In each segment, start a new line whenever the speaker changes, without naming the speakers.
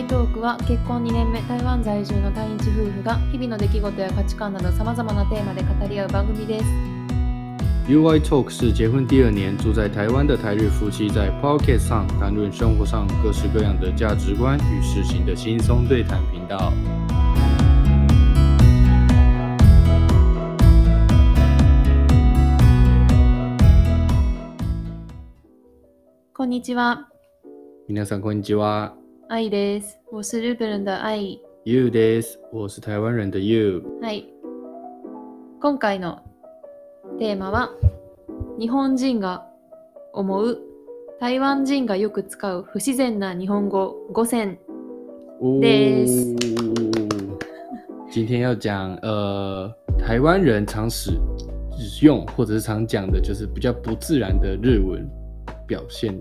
イトークは結婚2年目台湾在住の対日夫婦が日々の出来事や価値観などさまざまなテーマで語り合う番組です
UI Talk 是结婚第二年住在台湾的台日夫妻在 Pocket 上谈论生活上各式各样的价值观与事情的轻松对谈频道。
こんにちは
皆さんこんにちは
愛です我是日本人的愛
，You です。我是台湾人的 You。
はい今回のテーマは日本人が思う台湾人がよく使う不自然な日本語5選
哦
です
今天要讲呃，台湾人常使用或者是常讲的就是比较不自然的日文表现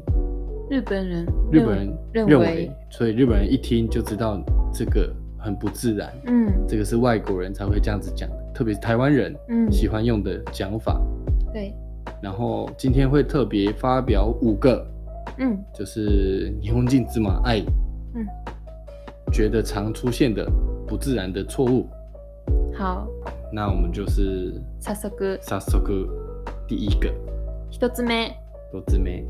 日本人
日本人
认
认
为
为，所以日本人一听就知道这个很不自然，
嗯
这个是外国人才会这样子讲的，特别是台湾人
嗯
喜欢用的讲法。
对
然后今天会特别发表五个，
嗯
就是霓虹镜之马爱，
嗯，
觉得常出现的不自然的错误。
好
那我们就是
早速
早速第一个，
一つ目
罗志梅，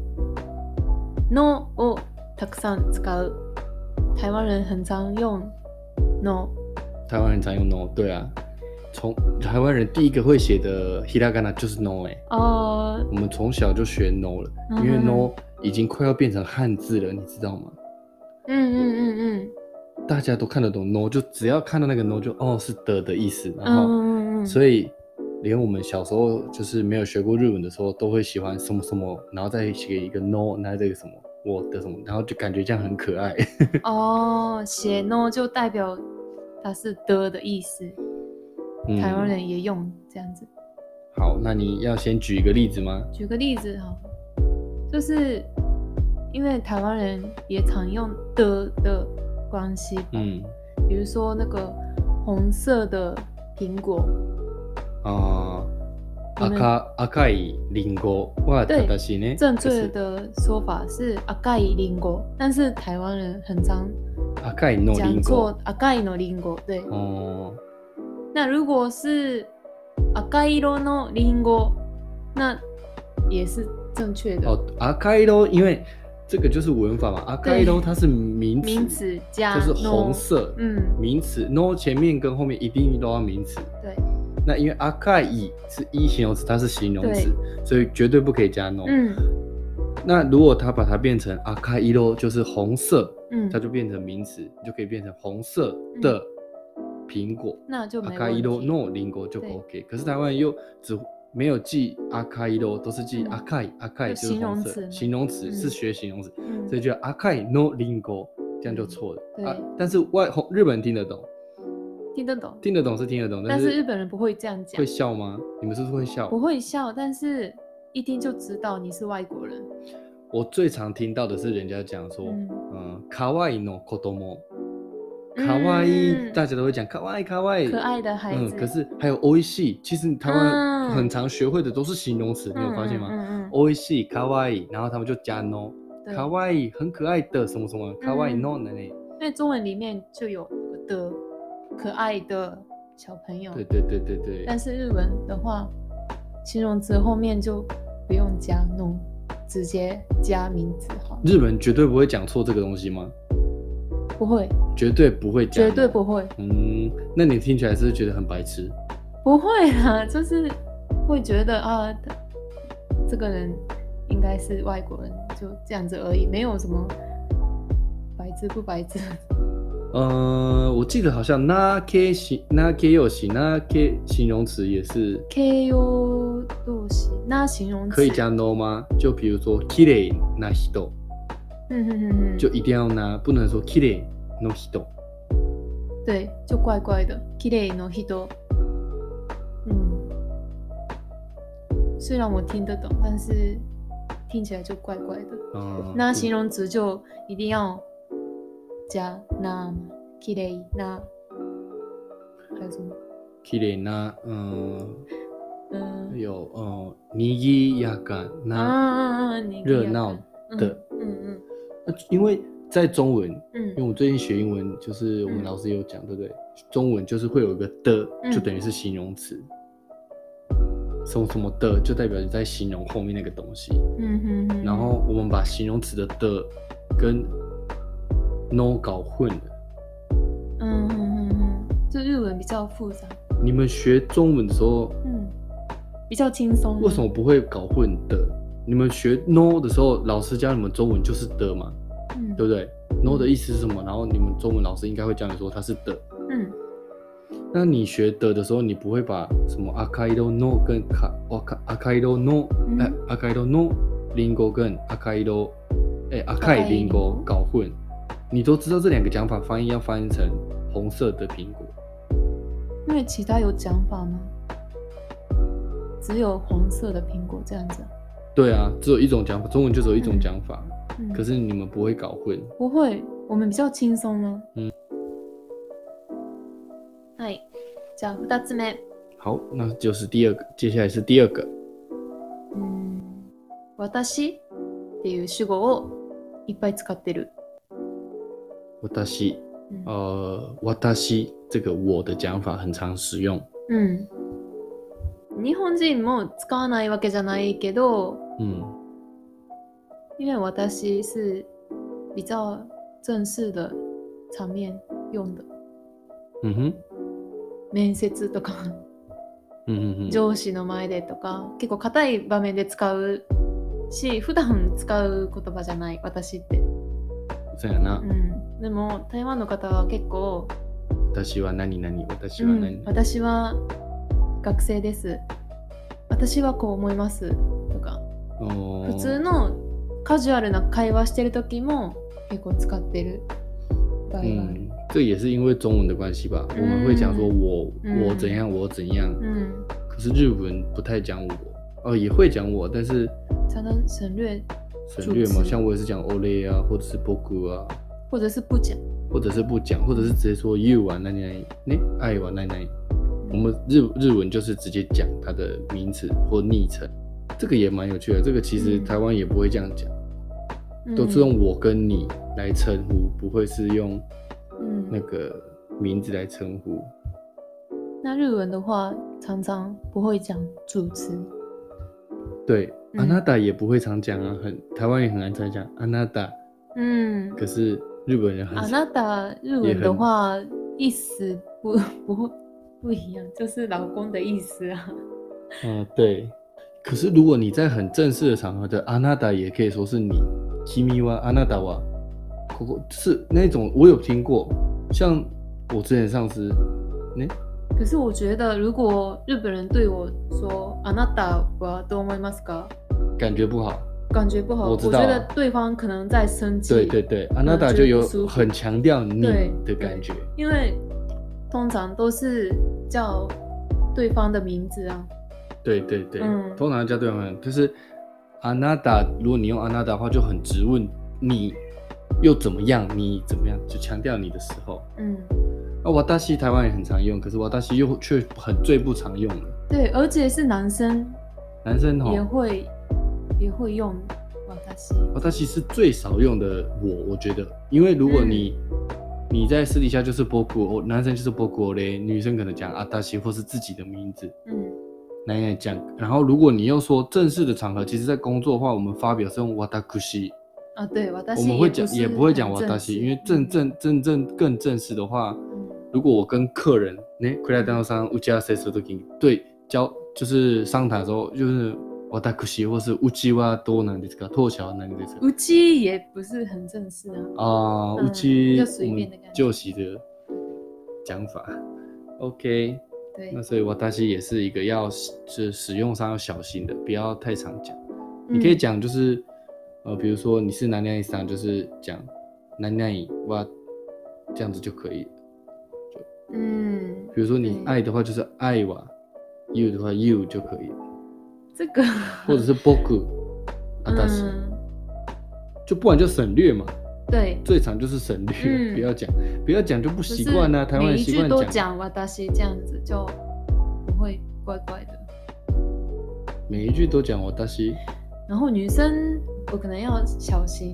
「の」をたくさん使う台湾人很常用「の
台湾人常用 no，对啊，从台湾人第一个会写的 hiragana 就是 no 哎、”
啊
我们从小就学 no 了，
嗯哼
因为 no 已经快要变成汉字了，你知道吗？
嗯嗯嗯
大家都看得懂 no，就只要看到那个 no 就哦是的的意思，
嗯
然后、
嗯嗯嗯
所以连我们小时候就是没有学过日文的时候，都会喜欢什么什么，然后再写一个 no，那这个什么我的什么，然后就感觉这样很可爱。
哦写「の」就代表它是「的」的意思
嗯
台湾人也用这样子
好，那你要先举一个例子吗？
举个例子哈就是因为台湾人也常用「的」的关系
嗯
比如说那个红色的苹果
啊。
你们
赤赤いリンゴは
对
正しいね。
正
可
确
是
的说法是阿盖リンゴ，但是台湾人很常
赤いのリ
讲
ンゴ
错。阿盖のリンゴ。对，
哦，
那如果是阿盖色のリンゴ，那也是正确的。
哦，阿盖罗，因为这个就是文法嘛，阿盖罗它是名词，
名词加
就是
no
红色，
嗯，
名词 no 前面跟后面一定都要名词。
对，
那因为阿盖乙是一形容词，它是形容词，所以绝对不可以加 no。
嗯
那如果它把它变成阿盖伊罗，就是红色，
嗯，
它就变成名词，你就可以变成红色的苹果。
那嗯就
阿
没
卡伊罗
问题。
no 林果就
对
OK，可是台湾人又只没有记阿卡伊罗，都是记阿卡阿卡
嗯就
就是
形容
红
词嘛
色，形容词
嗯
是学形容词，
嗯
所以就阿卡 no 林果，这样就错
对
了。啊，但是外红日本人听得懂，
听得懂，
听得懂是听得懂，
但是日本人不会这样讲
会，笑吗？你们是不是会笑？
不会笑，但是一听就知道你是外国人。
我最常听到的是人家讲说，
嗯
嗯，卡哇伊の子供，卡哇伊，
嗯
大家都会讲卡哇伊卡哇伊，
可爱的孩
嗯
子，，
可是还有欧系，其实台湾
嗯
很常学会的都是形容词，你有发现吗？
嗯嗯嗯
欧系卡哇伊，然后他们就加 no，
对
卡哇伊很可爱的什么什么卡哇伊
嗯
no 奶奶，
因为中文里面就有的可爱的小朋友，
对对对对对，
嗯但是日文的话，形容词后面就不用加 no，直接加名字好，
日本绝对不会讲错这个东西吗？
不会，
绝对不会加，
绝对不。会，
嗯，那你听起来是不是觉得很白痴？
不会啦，就是会觉得啊，他这个人应该是外国人，就这样子而已，没有什么白痴不白痴，
呃，我记得好像那 k 形那 k 又形那 k 形容词也是
K U 度型，那形容词
可以加 no 吗？就比如说 k i r e i 那 hito，
嗯嗯嗯嗯，
就一定要那，不能说 k i r e i no hito。
对，就怪怪的。綺麗の人，嗯，虽然我听得懂，但是听起来就怪怪的。
嗯，
那形容词就一定要加那嘛，綺麗那，还有什么？
k i r e i 那，嗯，
嗯，
有呃，你ぎやか
啊
那，
啊啊！你
热闹的
嗯嗯
呃因为在中文，
嗯
因为我最近学英文，就是我们
嗯
老师有讲，对不对？中文就是会有一个的，
嗯
就等于是形容词，什么什么的，就代表你在形容后面那个东西。
嗯哼哼，
然后我们把形容词的的跟 no 搞混了。
嗯哼哼哼，就日文比较复杂，
你们学中文的时候，
嗯，比较轻松。
为什么？不会搞混的？你们学 no 的时候，老师教你们中文就是的嘛，
嗯，
对不对？no 的意思是什么？然后你们中文老师应该会教你说它是的。
嗯
那你学的的时候，你不会把什么阿卡伊多 no 跟卡哇卡阿卡伊多 no
嗯
哎阿卡伊多 no 林果跟阿卡伊多哎阿卡伊林果搞混，你都知道这两个讲法翻译要翻译成红色的苹果，
因为其他有讲法吗？只有黄色的苹果这样子啊。
对啊，只有一种讲法，中文就只有一种
嗯
讲法，
嗯，
可是你们不会搞混。
不会，我们比较轻松呢。嗯。はい。じゃあ二つ目。
好，那就是第二个，接下来是第二个，
うん。私っていう主語をいっぱい使ってる。
我达西，
うん。
呃，我达西这个我的讲法很常使用，
うん日本人も使わないわけじゃないけど、
嗯，
因为私是比较正式的场面用的，
嗯哼，
面接とか
嗯嗯嗯，
上司の前でとか、結構硬い場面で使うし、普段使う言葉じゃない私って。
这样啊那
う。ん、でも台湾の方は結構、
私は何々、私
う
は
ん
何、々。
私は学生です私はこう思いますとか
おー
普通のカジュアルな会話してる時も結構使ってる場合がある
嗯，这也是因为中文的关系吧？我们会讲说
嗯
我我
嗯
怎样，我怎样。
うん
可是日文不太讲我，哦，也会讲我，但是
才能省略
省略嘛。
助词
像我也是讲 ole 啊，或者是 boku 啊，
或者是不讲
或者是不讲，或者是直接说 you 啊，那那那爱啊，那那。我们日日文就是直接讲它的名词或昵称，这个也蛮有趣的。这个其实
嗯
台湾也不会这样讲，
嗯
都是用我跟你来称呼，不会是用。
嗯
那个名字来称呼。
那日文的话常常不会讲主词
对，
嗯
阿娜达也不会常讲啊，很台湾也很难常讲阿娜达，
嗯
可是日本人很
あ
少。
なた日文的话意思不不会不一样就是老公的意思啊
嗯，对。可是如果你在很正式的场合的阿娜达，也可以说是你基米哇阿娜达哇，ここ是那种我有听过，像我之前上司，呢、
可是我觉得，如果日本人对我说“あなたはどう思いますか
感觉不好。”，
感觉不好，
我
我
知道啊
觉得对方可能在生气。
对对对，阿娜
觉
达
得
就有
不舒服
很强调你
对
的感觉。
因为通常都是叫对方的名字啊。
对对对，
嗯
通常叫对方就是阿纳达，如果你用阿纳达的话，就很直问你又怎么样，你怎么样，就强调你的时候。
嗯，
那瓦达西台湾也很常用，可是瓦达西又却很最不常用了。
对，而且是男生
男生
也
吼，
会、也会用私。
瓦达西是最少用的我，我觉得，因为如果你、
嗯
你在私底下就是波古，哦男生就是波古嘞，女生可能讲阿达西或是自己的名字。
嗯
那样讲，然后如果你又说正式的场合，其实在工作的话，我们发表是用瓦达库西，
啊，对，私
我们会讲，也
也
不会讲我
很
大
正
西，
式
因为正正正正更正式的话，
嗯
如果我跟客人呢，回来当上乌加塞斯都给对交，就是上台的时候就是我大可西，或是乌吉哇多难的这个拓桥难的这
うち也不是很正式啊。
个啊，
嗯
乌吉
比较
我
随便
们
的感觉
旧习的讲法。OK，
对
那，所以我大西也是一个要是使用上要小心的，不要太常讲。你可以
嗯
讲就是，呃，比如说你是南南以上，就是讲南南以哇，这样子就可以了。
嗯，
比如说你
对
爱的话就是爱哇，you 的话 you 就可以了，
嗯这个
或者是 boku 啊，但是、
嗯。
就不然就省略嘛，
对，
最常就是省略，
嗯
不要讲，不要讲就不
就
习
是
惯啦、台湾
每
人
一
习
句
惯
都
讲，
讲私这样子就不会怪怪的。
每一句都讲我大西，
然后女生我可能要小心，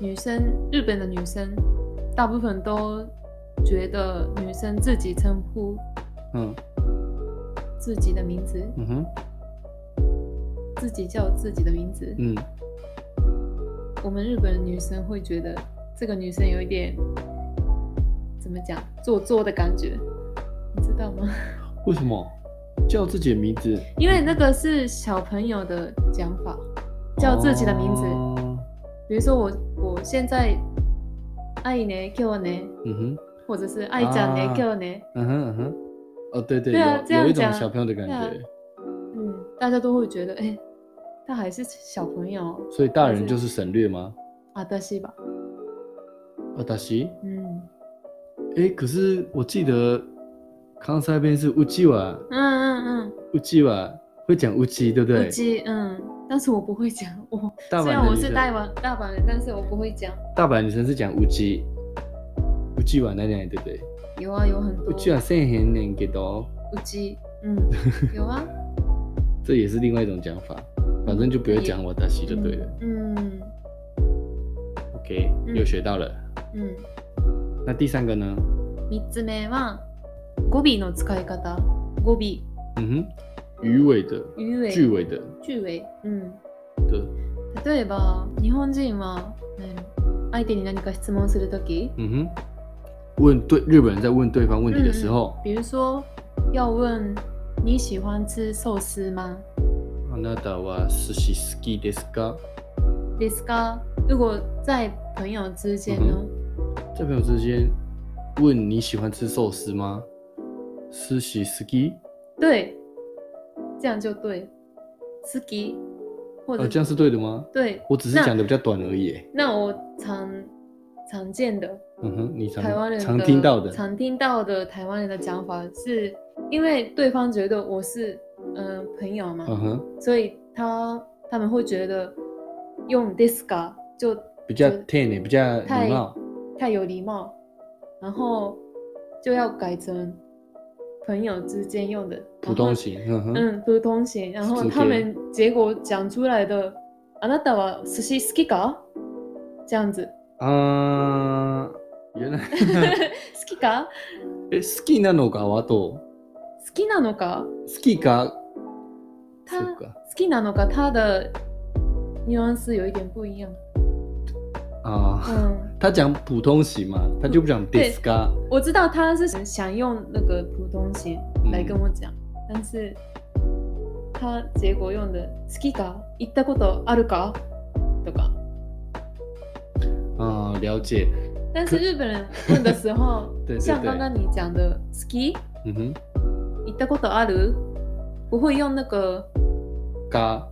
女生，日本的女生大部分都觉得女生自己称呼
嗯
自己的名字，
嗯哼，
自己叫自己的名字。
嗯
我们日本的女生会觉得这个女生有一点怎么讲做作的感觉，你知道吗？
为什么叫自己的名字？
因为那个是小朋友的讲法，叫自己的名字。
哦
比如说我我现在爱呢 Q 呢，
嗯哼，
或者是爱讲呢
啊
Q 呢，
嗯哼嗯哼，哦对对，
对啊这
有
样
有一种
讲
小朋友的感觉
对，啊嗯，大家都会觉得哎、他还是小朋友
所以大人
但是
就是省略吗？
啊，但是吧，
啊，达西，
嗯
哎，可是我记得康塞边是乌鸡瓦，
嗯嗯
乌鸡瓦会讲乌鸡，对
嗯，
不
不
对？
记嗯，但是我不会讲，我
大
虽
阪
然
的
我
女
是
生
大阪大阪人，但是我不会讲。
大阪女生是讲乌鸡，乌鸡瓦那样对不对？
有啊，有很多。
乌鸡瓦现很难给到，
乌鸡，嗯，有啊，
这也是另外一种讲法，反正就不要讲我达西就对了。
嗯
OK，
嗯
又学到了。
嗯。
那第三个呢？
三つ目は語尾の使い方。語尾、
嗯哼，鱼尾的、
鱼尾、
句尾的
句尾。うん。
的，
例えば、日本人は、何やろ相手に何か質問するとき、
嗯哼，问对日本人在问对方问题的时候，
比如说、要问、你喜欢吃寿司吗
あなたは寿司好きですか？
ですか如果在朋友之间呢、
在朋友之间问你喜欢吃寿司吗？寿司好き？
对。这样就对。好き。或者、
呃，这样是对的吗？
对。
我只是
那
讲的比较短而已。
那我常常见的
嗯哼，你常
台湾人的
常听到的，
常听到的台湾人的讲法是，因为对方觉得我是嗯、呃朋友嘛，
嗯哼，
所以他他们会觉得用 disca 就
比较
就
t e n 比较礼貌。
太有礼貌，然后就要改成朋友之间用的
普通。
然后
型，嗯哼，
嗯，普通型。然后
是的
他们结果讲出来的，あなたは寿司好きか？这样子，
啊，原 来，
好きか？
え、好きなのかは
好
と、
きなのか？
好きか、
他
そうか、
好きなのか他的 nuance 有一点不一样。
啊，
嗯，
他讲普通型嘛，他就不讲
对
this か，
我知道他是想用那个普通型来跟我讲，但是他结果用的好きか行ったことあるかとか。
啊，了解，，
但是日本人问的时候
对对对
像刚刚你讲的好き
嗯哼，
行ったことある，不会用那个
か，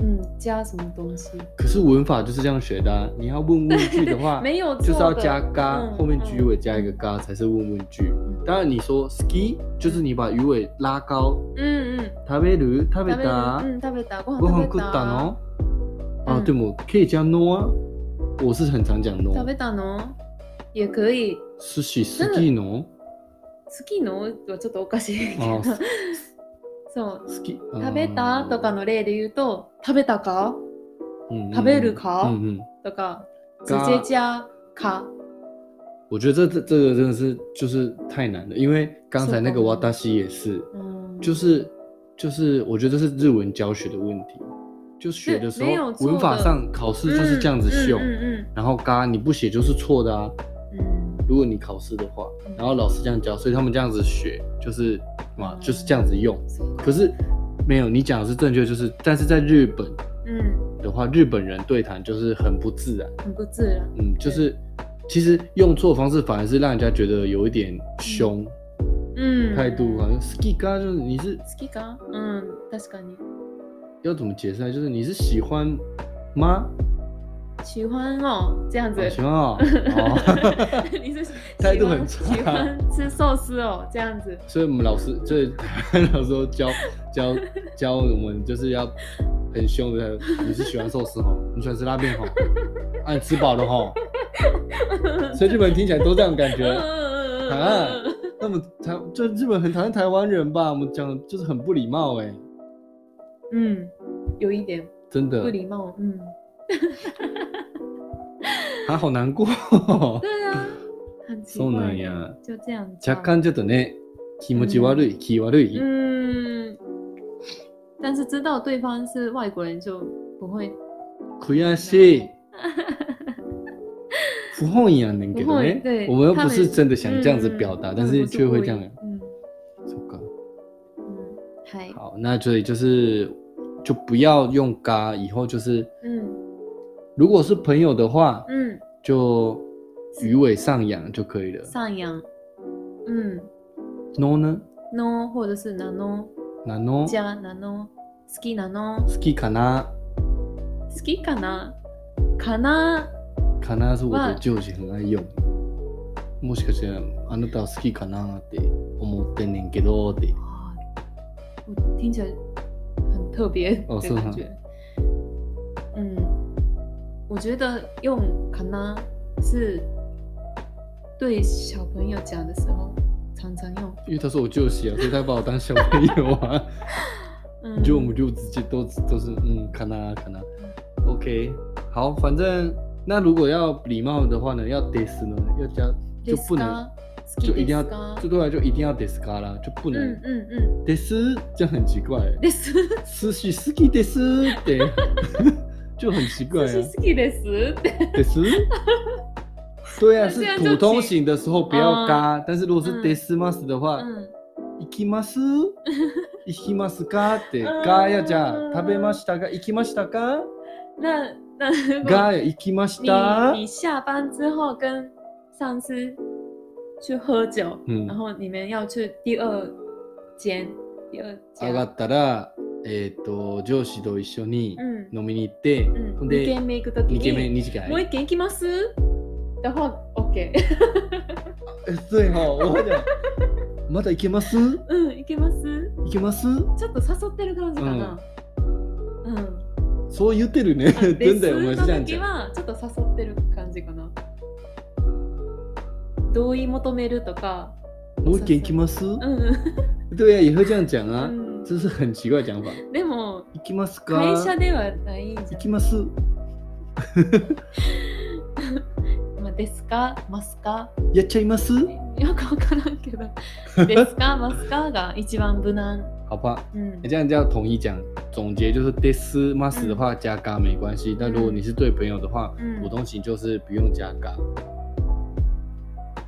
嗯加什么东西，
可是文法就是这样学的啊，你要问问句的 话，
没有
就是要
做的
加嘎，
嗯
后面句尾
嗯
加一个嘎才是问问句
嗯。
当然你说 ski 就是你把鱼尾拉高，
嗯嗯，
食べる食べ
食べ
た
た嗯食べたご
ご
飯食
飯食
べ
った
た
の？啊，
嗯
对我可以加 no 啊，我是很常讲 no。
食べたの也可以。
寿司好きの？
好きのはちょっとおかしいけど、
あ
そう
好き。
食べたとか
の
の例で言うと食べたか食べるか
嗯嗯，
とか直
が
接加か
我觉得这这这个真的是就是太难了，因为刚才那个
是
瓦
吧
达西也是，
嗯
就是就是我觉得这是日文教学的问题，就学的时
没有
候
错的
文法上考试就是这样子秀，
嗯
然后嘎你不写就是错的啊。
嗯嗯
如果你考试的话，
嗯
然后老师这样教，所以他们这样子学就是嘛，
嗯
就是这样子用。
嗯そうか
可是没有，你讲的是正确，就是但是在日本
嗯
的话，日本人对谈就是很不自然，
很不自然
嗯，就是其实用错方式反而是让人家觉得有一点凶、
嗯
态度，好像 ski 嘎就是你是
好きかうん確かに
要怎么解释啊？就是你是喜欢吗？
喜欢哦这样子
哦、喜欢哦，哦
你是喜
态度
欢
很差
喜欢吃寿司哦这样子
所以我们老师，所以老师都教教教我们就是要很凶的，你是喜欢寿司哦，你喜欢吃拉面哦，啊，你吃饱了哦，所以日本人听起来都这样感
嗯嗯
觉。
嗯嗯嗯
啊那么台就日本很讨厌台湾人吧？我们讲的就是很不礼貌哎、
嗯嗯有一点
真的
不礼貌嗯
啊，好难过。
对啊，很奇怪。
そうなんや。
就这样。
若。干ちょっとね、気持ち悪い、気悪い。
嗯，但是知道对方是外国人就不会。
悔しい。不本意やねんけ
不
ど
本意
ね
对，
我们又不
他
是
们
真的想这样子表达，
嗯
但是却会这。
他们
样。
不是故意
そっか。
嗯嗯，还
好，那所以就是就不要用嘎，以后就是
嗯
如果是朋友的话，
嗯
就鱼尾上扬就可以了。
上扬，嗯
no 呢？
no 或者是 nano
那 no 好
加 nano 好きなの
きかな？
好きかなかな
かな是我的
哇
舅舅很爱用。もしかしてあなたは好きかなって思ってんねんけどって。
啊，我听起来很特别
哦
的
是吗
感觉。嗯，我觉得用可能是对小朋友讲的时候常常用。
因为他是我舅媳啊，所以他把我当小朋友啊。
嗯，
就我们就直接都都是嗯，看啊看啊，OK，好，反正那如果要礼貌的话呢，要 dis 呢，要加就不能，就一定要，最多来就一定要 dis 嘎啦，就不能
嗯嗯嗯
dis，这样很奇怪，
，this
失去 ski dis，对，就很奇怪啊
是 ski 的词。
，dis，对啊，
那
是
这样就
普通
奇
型的时候不要
嗯
嘎，但是如果是
嗯
dis mas 的话，
嗯，
行きます行きますかって、
うん
がやじゃあ食べましたか行きましたか
那那如果
がや行きました
你你下班之后跟上司去喝酒，
嗯
然后你们要去第二间，第二
上が
家，
ったら、えっ、と、上司と一緒に
嗯
飲みに行って、
嗯，
ほん
二
で
軒、目行くとき
2軒目、
に、
2次会
もう。一軒行きます的话，OK，
え、そう やお前らまだ行けます行
うん、行けます。
けます
ちょっと誘ってる感じかな。うん。
そう言ってるね。
あで
全
す
然同じじゃ
の
んじ
時
ゃん。
はちょっと誘ってる感じかな。同意求めるとか、
もう一軒行きます
うん、
对呀、也会这样讲
う
啊。
ん、
这是很奇怪的讲法。
でも
行きますか
会社
行
ではないじゃん
き。ます
まあ、ですか、ますか、
やっちゃいます
よくわからんけど、ですか、ますかが一番無難。
好吧。
うん
欸、这样就要统一讲，总结就是 dis mas 的话加嘎没关系，但如果你是对朋友的话，
嗯
普通型就是不用加嘎。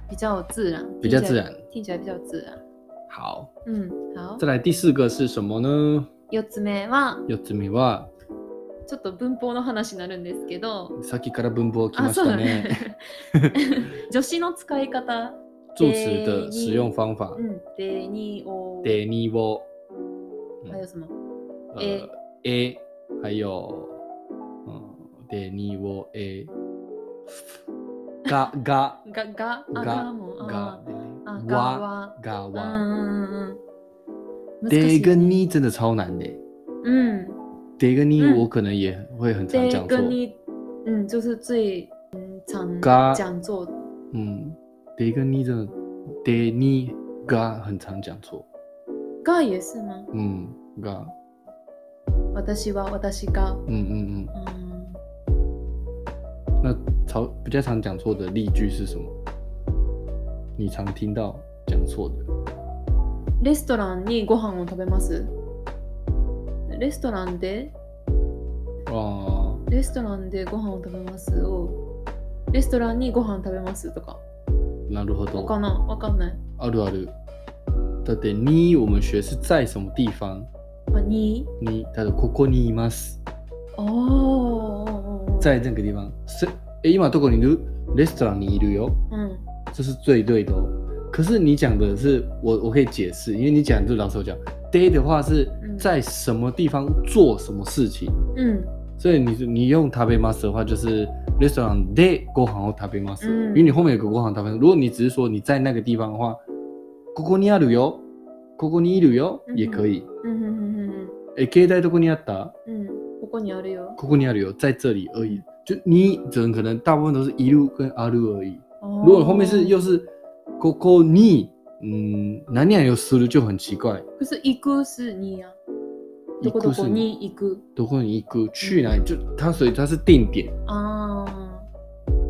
比较自然，
比较自然
听起来听起来比较自然。
好，
うん、好
再。来第四个是什么呢？
四つ目は
四つ目は
ちょっと文法の話になるんですけど、
さっきから文法来ま
あ、
し
そう
た
だ
ね。
ね。 助詞の使い方、
助词的使用方法
う，ん、で、に、お、
でにを，
还有什么？
呃，a，还有，嗯，でにを a，嘎嘎
が、が、あ、が
嘎
も、
嘎
あ、あ、が
哇
は、
嘎
うん
哇，
うんうん。難し
で
い
跟你真的超难的。
うん。
得个你，
嗯
我可能也会很常
对，
讲错。
跟你，嗯，就是最嗯常
嘎
讲座，
嗯，得个你真的得你嘎很常讲错。
嘎也是吗？
嗯，嘎，
私は私が，
嗯嗯嗯。
嗯，
那常比较常讲错的例句是什么？你常听到讲错的？
レストランにご飯を食べます。レストランで
哦、
レストランでご飯を食べますをレストランにご飯食べますとか
那如
わ
何懂？啊
かんないわかんない。
阿鲁阿鲁。だってに我们学是在什么地方？
あに
你它的ここにいます。
おー
在那个地方是诶今どこにいる？レストランにいるよ。
うん
这是最对的哦。可是你讲的是我，我可以解释，因为你讲就是老手讲，day 的话是
嗯
在什么地方做什么事情，
うん
所以你是你用 tabe mas 的话就是 restaurant day 过行后 tabe mas，、
嗯
因为你后面有个过行 tabe。如果你只是说你在那个地方的话，ここにあるよ，ここにいるよ
嗯哼
也可以。
うんうんうん
诶，携帯どこにあった？
うんうんここにあるよ。
ここにあるよ，在这里而已。就你只能可能大部分都是一路跟阿路而已。
如
如果后面是又是 “coco ni”，嗯，哪里有思路就很奇怪。
可是行く是にや。どこどこに行く。
都会一个去哪里就它，所以它是定点。
ああ。確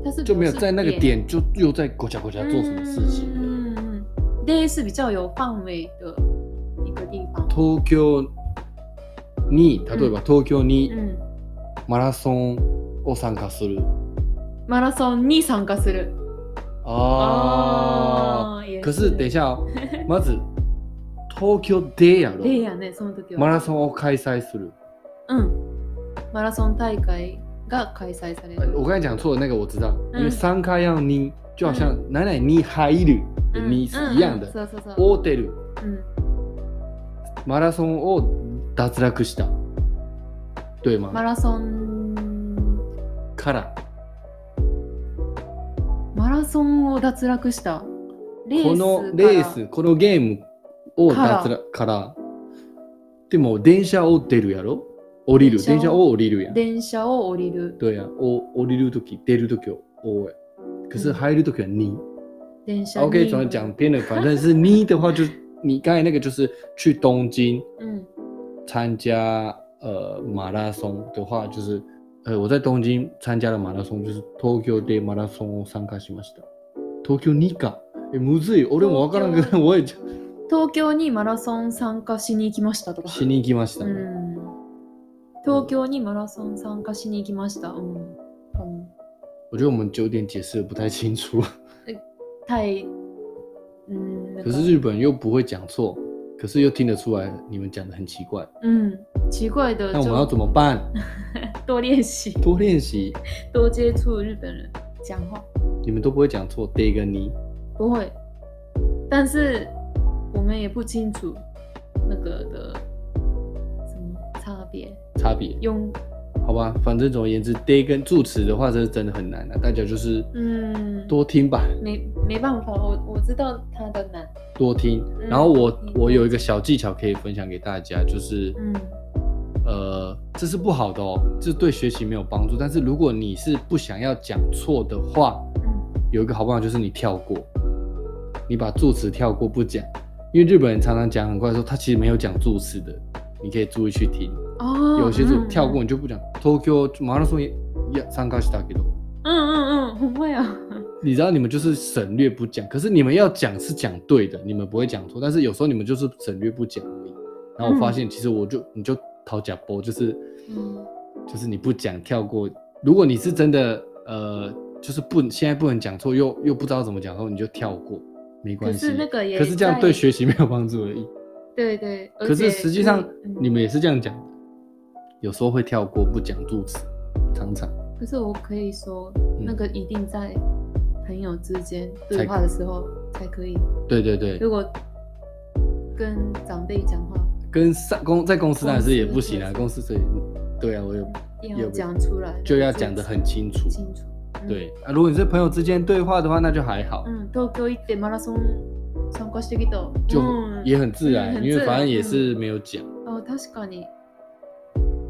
但是
就没有
不是
在那个点就又在国家国家做什么事情了。
嗯嗯嗯，day 是比较有范围的一个地方。
東京に例えば東京に
嗯，
マラソンを参加する。
马拉松に参加する。
ああ。
あー、也
可是等一下 哦，まず東京でやろ。
day やね、その時は。
マラソンを開催する。
うん。マラソン大会が開催され
呃
る。
我刚才讲错了，那个我知道，
嗯
因为三开要你，就好像奶奶你入る的
嗯
你是一样
嗯
的。
そうそうそう。
オーテル
嗯，
マラソンを脱落した。对吗？
マラソン、
から
マラソンを脱落した。レース
このレース、このゲームを脱落から、でも電車を出るやろ降りる。
電
電
車
車
を
を降りるやん。
電車を降りる。
对や、お降りるとき、出るときを、おえ。可是
嗯
入るときは你。
電車に
OK，总之讲偏了，反正是你的话就，你刚才那个就是去东京
うん。
参加呃马拉松的话，就是呃我在东京参加了马拉松，就是 Tokyo Day 马拉松を参加しました。Tokyo にか、えむずい。俺もわからんけど、 我也
東京にマラソン参加しに行きましたとか。
しに行きました
う。ん。東京にマラソン参加しに行きました。うん。うん、
我觉得我们九点解释的不太清楚，
タイ、うん。なん
可
か
是日本又不会讲错，可是又听得出来你们讲的很奇怪。
うん。奇怪的
那我们要
就
怎么办？
多练习，
多练习，
多接触日本人讲话。
你们都不会讲错 day 跟你。
不会，但是我们也不清楚那个的什么差别。
差别，
用
好吧，反正总而言之，day 跟助词的话，这是真的很难啊。大家就是
嗯，
多听吧，
没没办法，我我知道它的难。
多听。
嗯
然后我
嗯
我有一个小技巧可以分享给大家，就是
嗯
呃，这是不好的哦，这对学习没有帮助。但是如果你是不想要讲错的话，
嗯
有一个好办法就是你跳过，你把助词跳过不讲，因为日本人常常讲很快说他其实没有讲助词的，你可以注意去听。
哦，
有些是
嗯
跳过。你就不讲。東京马拉松也也参加したけど。
嗯嗯嗯，很会啊。
你知道你们就是省略不讲，可是你们要讲是讲对的，你们不会讲错，但是有时候你们就是省略不讲而已。然后我发现，其实我就、你就讨假波，就是
嗯
就是你不讲跳过。如果你是真的呃，就是不现在不能讲错，又又不知道怎么讲错，你就跳过，没
可
关系
是。那个也
可是这样
在
对学习没有帮助而已。
对对，而
可
且
是实际上
嗯
你们也是这样讲，有时候会跳过不讲助词，常常
可是我可以说，
嗯
那个一定在朋友之间对话的时候才可以。
对对对，
如果跟长辈讲话，
跟上公在公司当然是也不行啊，
公
公司这里对啊，我有。
一定
有
要讲出来，
就要讲得很清楚。
清楚。嗯
对，啊，如果你是朋友之间对话的话，那就还好，
嗯，東京行ってマラソン参加してきた。
就
嗯
也很自
嗯
然，
很
因为
自
反正
然
也是没有讲，
哦，確かに。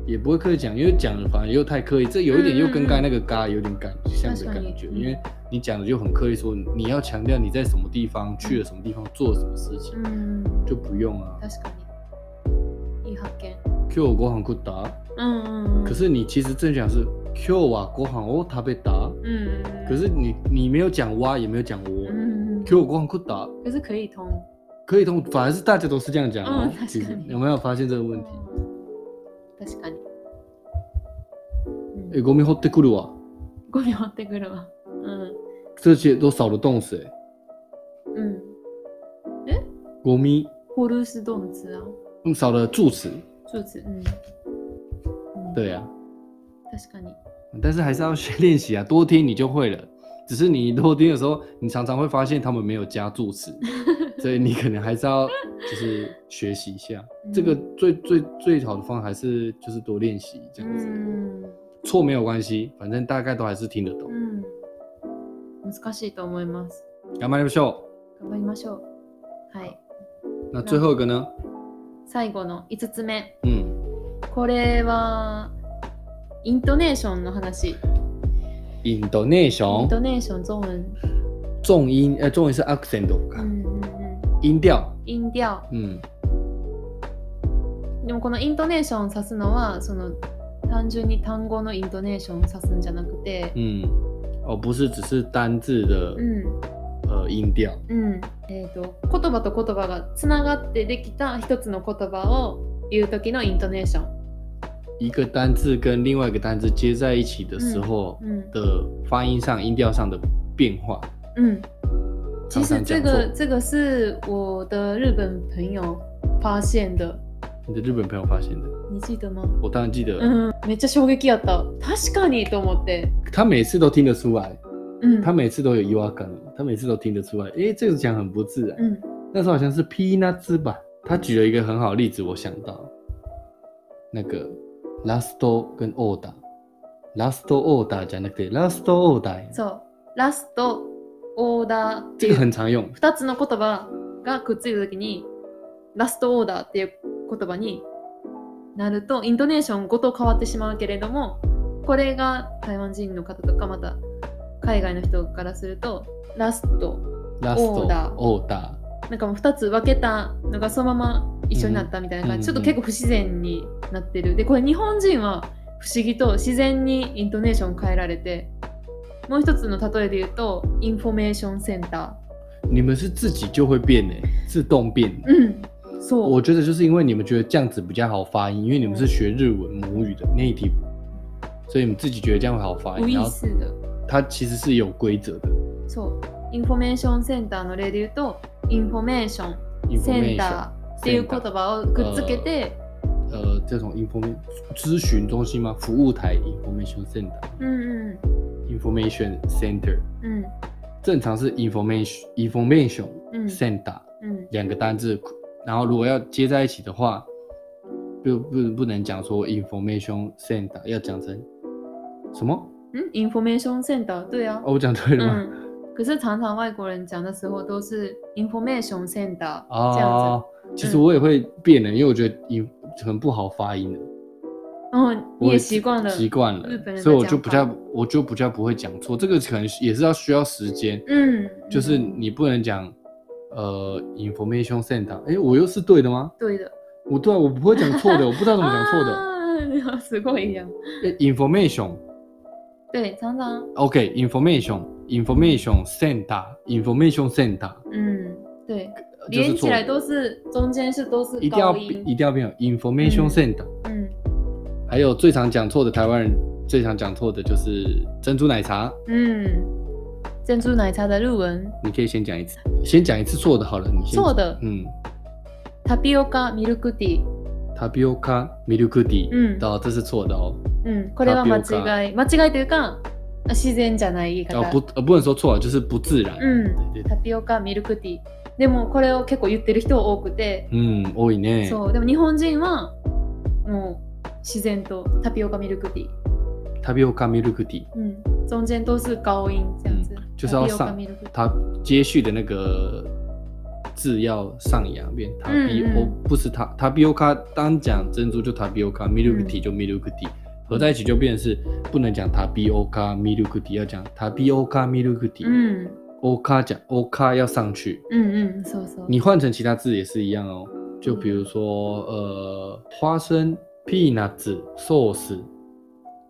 也不会刻意讲，因为讲了反而又太刻意，这有一点又跟刚才那个嘎有点感像的
那
感
是
觉，
你嗯
因为你讲的就很刻意说你要强调你在什么地方去了什么地方做了什么事情，
嗯，
就不用啊。
確かに。いい発見。
今日ご飯食った？
嗯嗯。嗯
可，是你其实正想是今日はご飯を食べた，
嗯嗯。
可是你你没有讲哇，也没有讲我，
嗯，嗯，嗯
今日ご飯食った。
可是可以通。
可以通，反而是大家都是这样讲哦
嗯。
其实
確かに
有没有发现这个问题？
確かに。
哎、ゴミ掘ってくるわ，
五秒ってくるわ。うん。
这些都少了动词、欸。
うん。
ゴミ，
ホル是动词啊，
嗯，少了助词。
助词。嗯。嗯
对啊，
確かに。
但是还是要先练习啊， 多听你就会了。只是你多听的时候，你常常会发现他们没有加助 词，所以你可能还是要就是学习一下。
嗯
这个最最最好的方法还是就是多练习这样子，
嗯
错没有关系，反正大概都还是听得懂。
うん。難しいと思います。
頑張りましょ
頑張りましょう。はい。
う。那最后一个呢？
最後の5つ目。
嗯。
これは、イントネーションの話。イ
嗯 intonation
ントネーション、中文。
重音，呃，重音是 accent，
うんうんうん。
音调，
音調。
嗯，
でもこのイントネーションを指すのは、その単純に単語のイントネーションを指すんじゃなくて、
嗯，哦，不是只是单字的、
うん
呃音调。
うんえー、と言葉と言葉がつながってできた一つの言葉を言う時のイントネーション。
一个单字跟另外一个单字接在一起的时候
嗯
的发音上、音调上的变化，
嗯，其实
常常
这
讲错
个。这个是我的日本朋友发现的，
你的日本朋友发现的，
你记得吗？
我当然记得，
嗯，めっちゃ衝撃やった。確かにと思って。
他每次都听得出来，
嗯，
他每次都有 U R 感，他每次都听得出来。诶、这个讲很不自然。
嗯，
那时候好像是 Peanuts 吧，他举了一个很好的例子，我想到那个 Last 跟 Order。Last order じゃなくて Last order，
そう。ラスト、オーダーって
这
い
个
う
很常用。
2つの言葉がくっついた時に、ラストオーダーっていう言葉になると、イントネーションごと変わってしまうけれども、これが台湾人の方とか、また海外の人からすると、ラスト、
Last
order
order，
なんかもう2つ分けたのがそのまま一緒になったみたいな感じ、
うん
ちょっと結構不自然になってるでこれ日本人は不思議と自然にイントネーション変えられてもう一つの例えで言うとインフォメーションセンタ
你们是自己就会变诶、自动变。
ーうんそ
我
う
觉得就是因为你们觉得这样子比较好发音，因为你们是学日文母语的 native，所以你们自己觉得这样会好发
無
音。
意
然后
識だ
它其实是有规则的
そうインフォメーションセンターの例で言うとインフォメーションセンターっていう言
Center
葉をくっつけて、
呃，这种 information 咨询中心吗？服务台 information center，information
うんう
center，
んうん
正常是 information information
うん
center
うん
两个单字，然后如果要接在一起的话，就不不能讲说 information center，要讲成什么？
んインフォメーションセンターどうや
哦，我讲对了吗？
嗯，可是常常外国人讲的时候都是 information center、这样子
哦，其实我也会变的，因为我觉得音很不好发音的，，
嗯，你
我
也习惯了，
习惯了
日本人，的
所以我就比
讲
较，我就比较不会讲错。这个可能也是要需要时间，
嗯，
就是
嗯
你不能讲呃 information center，哎、诶我又是对的吗？
对的，
我对啊，我不会讲错 的，我不知道怎么讲错
啊
的。
的，死过一样，
诶 information，OK，information，information、
对，常常，
information center，information center，呃
嗯，对，
就
连
是
起
错
来
的，
都是中间是都是
一定要
高音，
一定要变有 information
嗯
center。
嗯
还有最常讲错的台湾人最常讲错的就是珍珠奶茶，
嗯，珍珠奶茶的日文
你可以先讲一次，先讲一次错的好了，你先。
错。的
嗯
tapioca milk tea，
，tapioca milk tea，
嗯
哦，这是错的哦，
嗯，これは間違い、間違いというか、自然じゃない言い
哦
方
不。呃不能说错了，就是不自然。
嗯
对对对
タピオカミルクティーでもこれを結構言ってる人多くて、
嗯，多いね。
そうでも日本人はもう自然とタピオカミルクティー、
tapioca milk tea，
うん、中间都是高音这样子、
就是
タ
要
ピオカ
上
ミルクティー
它接续的那个字要上扬，变 tapio，、哦
嗯嗯
不是 ta tapioca，单讲珍珠就 tapioca，milk
嗯
tea 就 milk tea，、合在一起就变成是不能讲 tapioca milk tea，要讲 tapioca milk
う
tea。
ん
oka 讲 oka 要上去，
うんうんそうそう
你换成其他字也是一样哦。就比如说呃，花生 peanuts
嗯
sauce。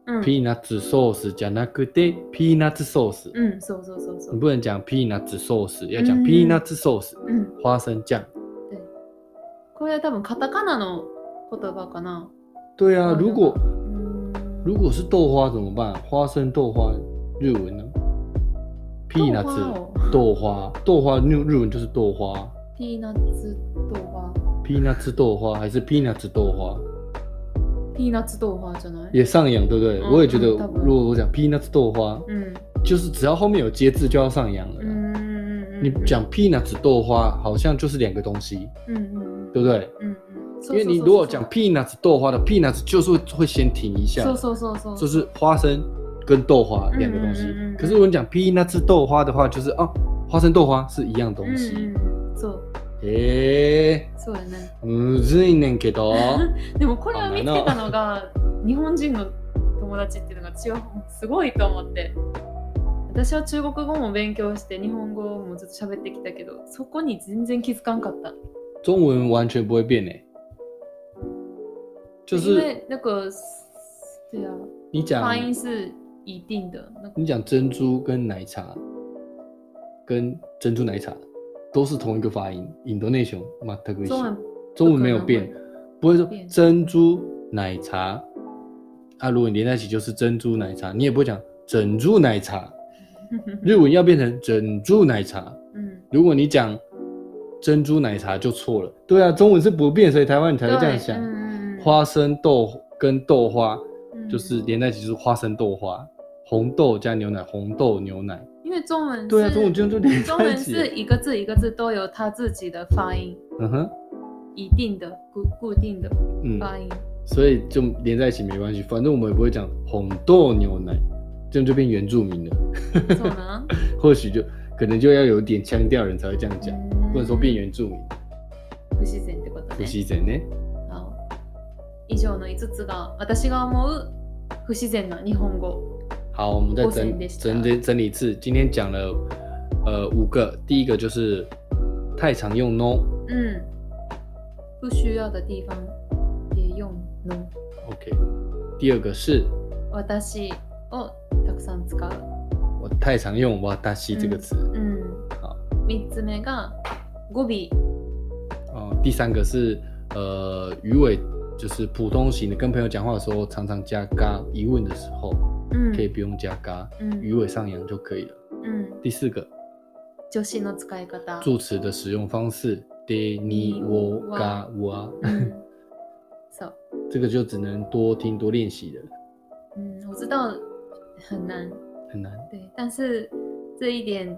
うん、
peanuts sauce じゃなくて peanuts sauce，、
うん、そうそうそうそ
你
う
不能讲 peanuts sauce，要讲
嗯
peanuts sauce，、
うん
花生酱。
これは多分カタカナの言葉かな
对啊，
哦
如果
うん
如果是豆花怎么办？花生豆花日文呢？peanuts
豆哦
豆花，豆花日日文就是豆花
ピーナッツ豆花
，peanuts 豆花还是 peanuts 豆花
ピーナッツ豆花じゃない
也上扬，对不对？
嗯
我也觉得
嗯差不，多嗯
如果我讲 peanuts 豆花，
うん
就是只要后面有接字就要上扬了
う
啦。
んうんうんうん
你讲 peanuts 豆花好像就是两个东西，
うんうんうん
对不对？
うんうん
因为你如果讲 peanuts 豆花的 peanuts 就是会先停一下，
そうそうそうそうそう
就是花生跟豆花
嗯
两个东西。
哦嗯嗯嗯
可是我讲 peanuts 豆花的话，就是哦，花生豆花是一样东西。
うんうん、そう
诶、
そうやね
むずいねん けど。
でもこれを見つけたのが日本人の友達っていうのが違うすごいと思って私は中国語も勉強して日本語もずっと喋ってきたけどそこに全然気づかんかった
中文完全不会变呢、就
因
是
为那个对啊
你讲
发音是一定的那个
你讲珍珠跟奶茶，跟珍珠奶茶都是同一个发音，Indonesian 嘛，特别
中文
中文没有变， 不会说
变
珍珠奶茶。啊，如果你连在一起就是珍珠奶茶，你也不会讲整株奶茶，日文要变成整株奶茶。
嗯，
如果你讲珍珠奶茶就错了，对啊，中文是不变，所以台湾人才会这样想。
嗯、
花生豆跟豆花
嗯
就是连在一起就是花生豆花，红豆加牛奶，红豆牛奶。
因为中文是
对啊，中文就就连
中
在一
文
起。
是一个字一个字都有它自己的发音，
嗯哼，
一定的固固定的
嗯，
发音。
所以就连在一起没关系，反正我们也不会讲红豆牛奶，这样就变原住民了。
错呢？
或许就可能就要有点腔调，人才 会这样讲，
嗯
不能说变原住民。
不自然ってこと
不
ね。
自然ね。
好以上の5つが私が思う不自然な日本語。
好，我们再
不自然
整
でした
整整整理一次。今天讲了呃五个，第一个就是太常用 no。
嗯，不需要的地方也用の。
OK，第二个是
私をたくさん使う。
我太常用“哇达西”这个词
うん。
好
3つ目が語尾。嗯
哦、第三个是呃鱼尾，就是普通型的，跟朋友讲话的时候常常加“嘎”，疑问的时候
うん。
可以不用加“嘎”，
うん
鱼尾上扬就可以了。
うん。
第四个
助詞の使い方。
助词的使用方式 “de ni wo ga wa”，
嗯，そう。
啊这个就只能多听多练习了，
嗯，我知道很难，
很难。
对，但是这一点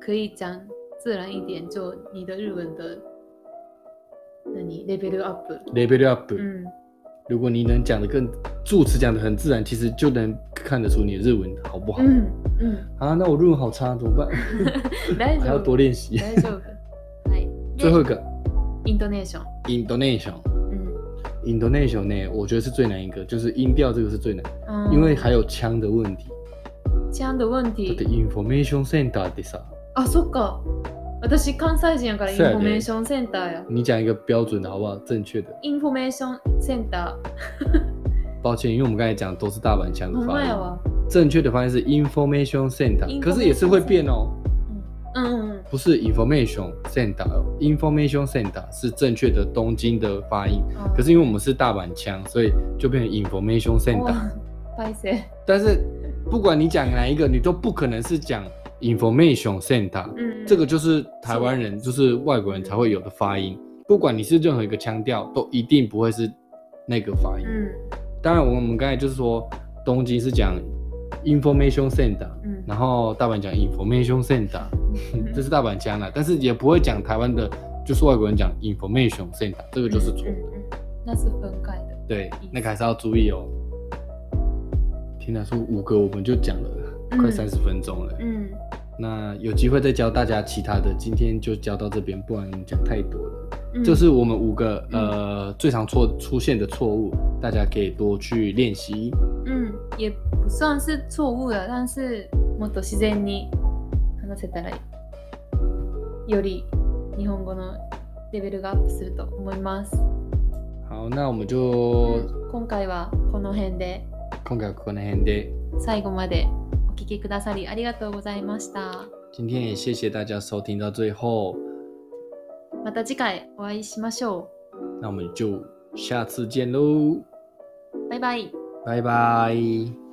可以讲自然一点，就你的日文的，那你 level up，
Level up，、
嗯，
如果你能讲的更助词讲的很自然，其实就能看得出你的日文好不好。
嗯嗯，
啊，那我日文好差怎 么办？
大
还
丈
要
夫
多练习。
大丈夫。はい。
最后一个
イントネーション。
Indonesia，Indonesia
嗯
呢，我觉得是最难一个，就是音调这个是最难，
嗯，
因为还有腔的问题。
这样的问
だって
题。
Information Center 啊でさ，
あ、そっか。私関西人やからインフ
そうやで
ォメーションセンターや。
你讲一个标准的好不好？正确的。
インフォメーションセンタ
抱歉，因为我们刚才讲的都是大阪
ー。
腔
ほ
的
んま
发
や
音，
わ。
正确的发音是 Information Center，
Information
可是也是会变哦，
うんうん
不是 Information Center 哦，Information Center 是正确的东京的发音，
うん。
可是因为我们是大阪腔，所以就变成 Information
哦
Center。
拍谁？
但是不管你讲哪一个，你都不可能是讲 information center，、
嗯，
这个就是台湾人，就是外国人才会有的发音。不管你是任何一个腔调，都一定不会是那个发音。
嗯
当然，我们刚才就是说，东京是讲 information center，、
嗯，
然后大阪讲 information center，
嗯
这是大阪腔啦，但是也不会讲台湾的，就是外国人讲 information center，这个就是错的。
嗯嗯嗯那是分开的。
对，那个还是要注意哦。天哪，说五个我们就讲了
嗯
快三十分钟了，
嗯，
那有机会再教大家其他的，今天就教到这边，不然讲太多了。
嗯
这是我们五个呃最常错出现的错误，大家可以多去练习。
嗯，也不算是错误的，但是もっと自然に話せたらより日本語のレベルがアップすると思います。
好，那我们就
今回はこの辺で
今回可能的，
最後までお聞きくださりありがとうございました。
今天也谢谢大家收听到最后，
また次回お会いしましょ
那我们就下次见喽，
う。バイバイ。
拜拜。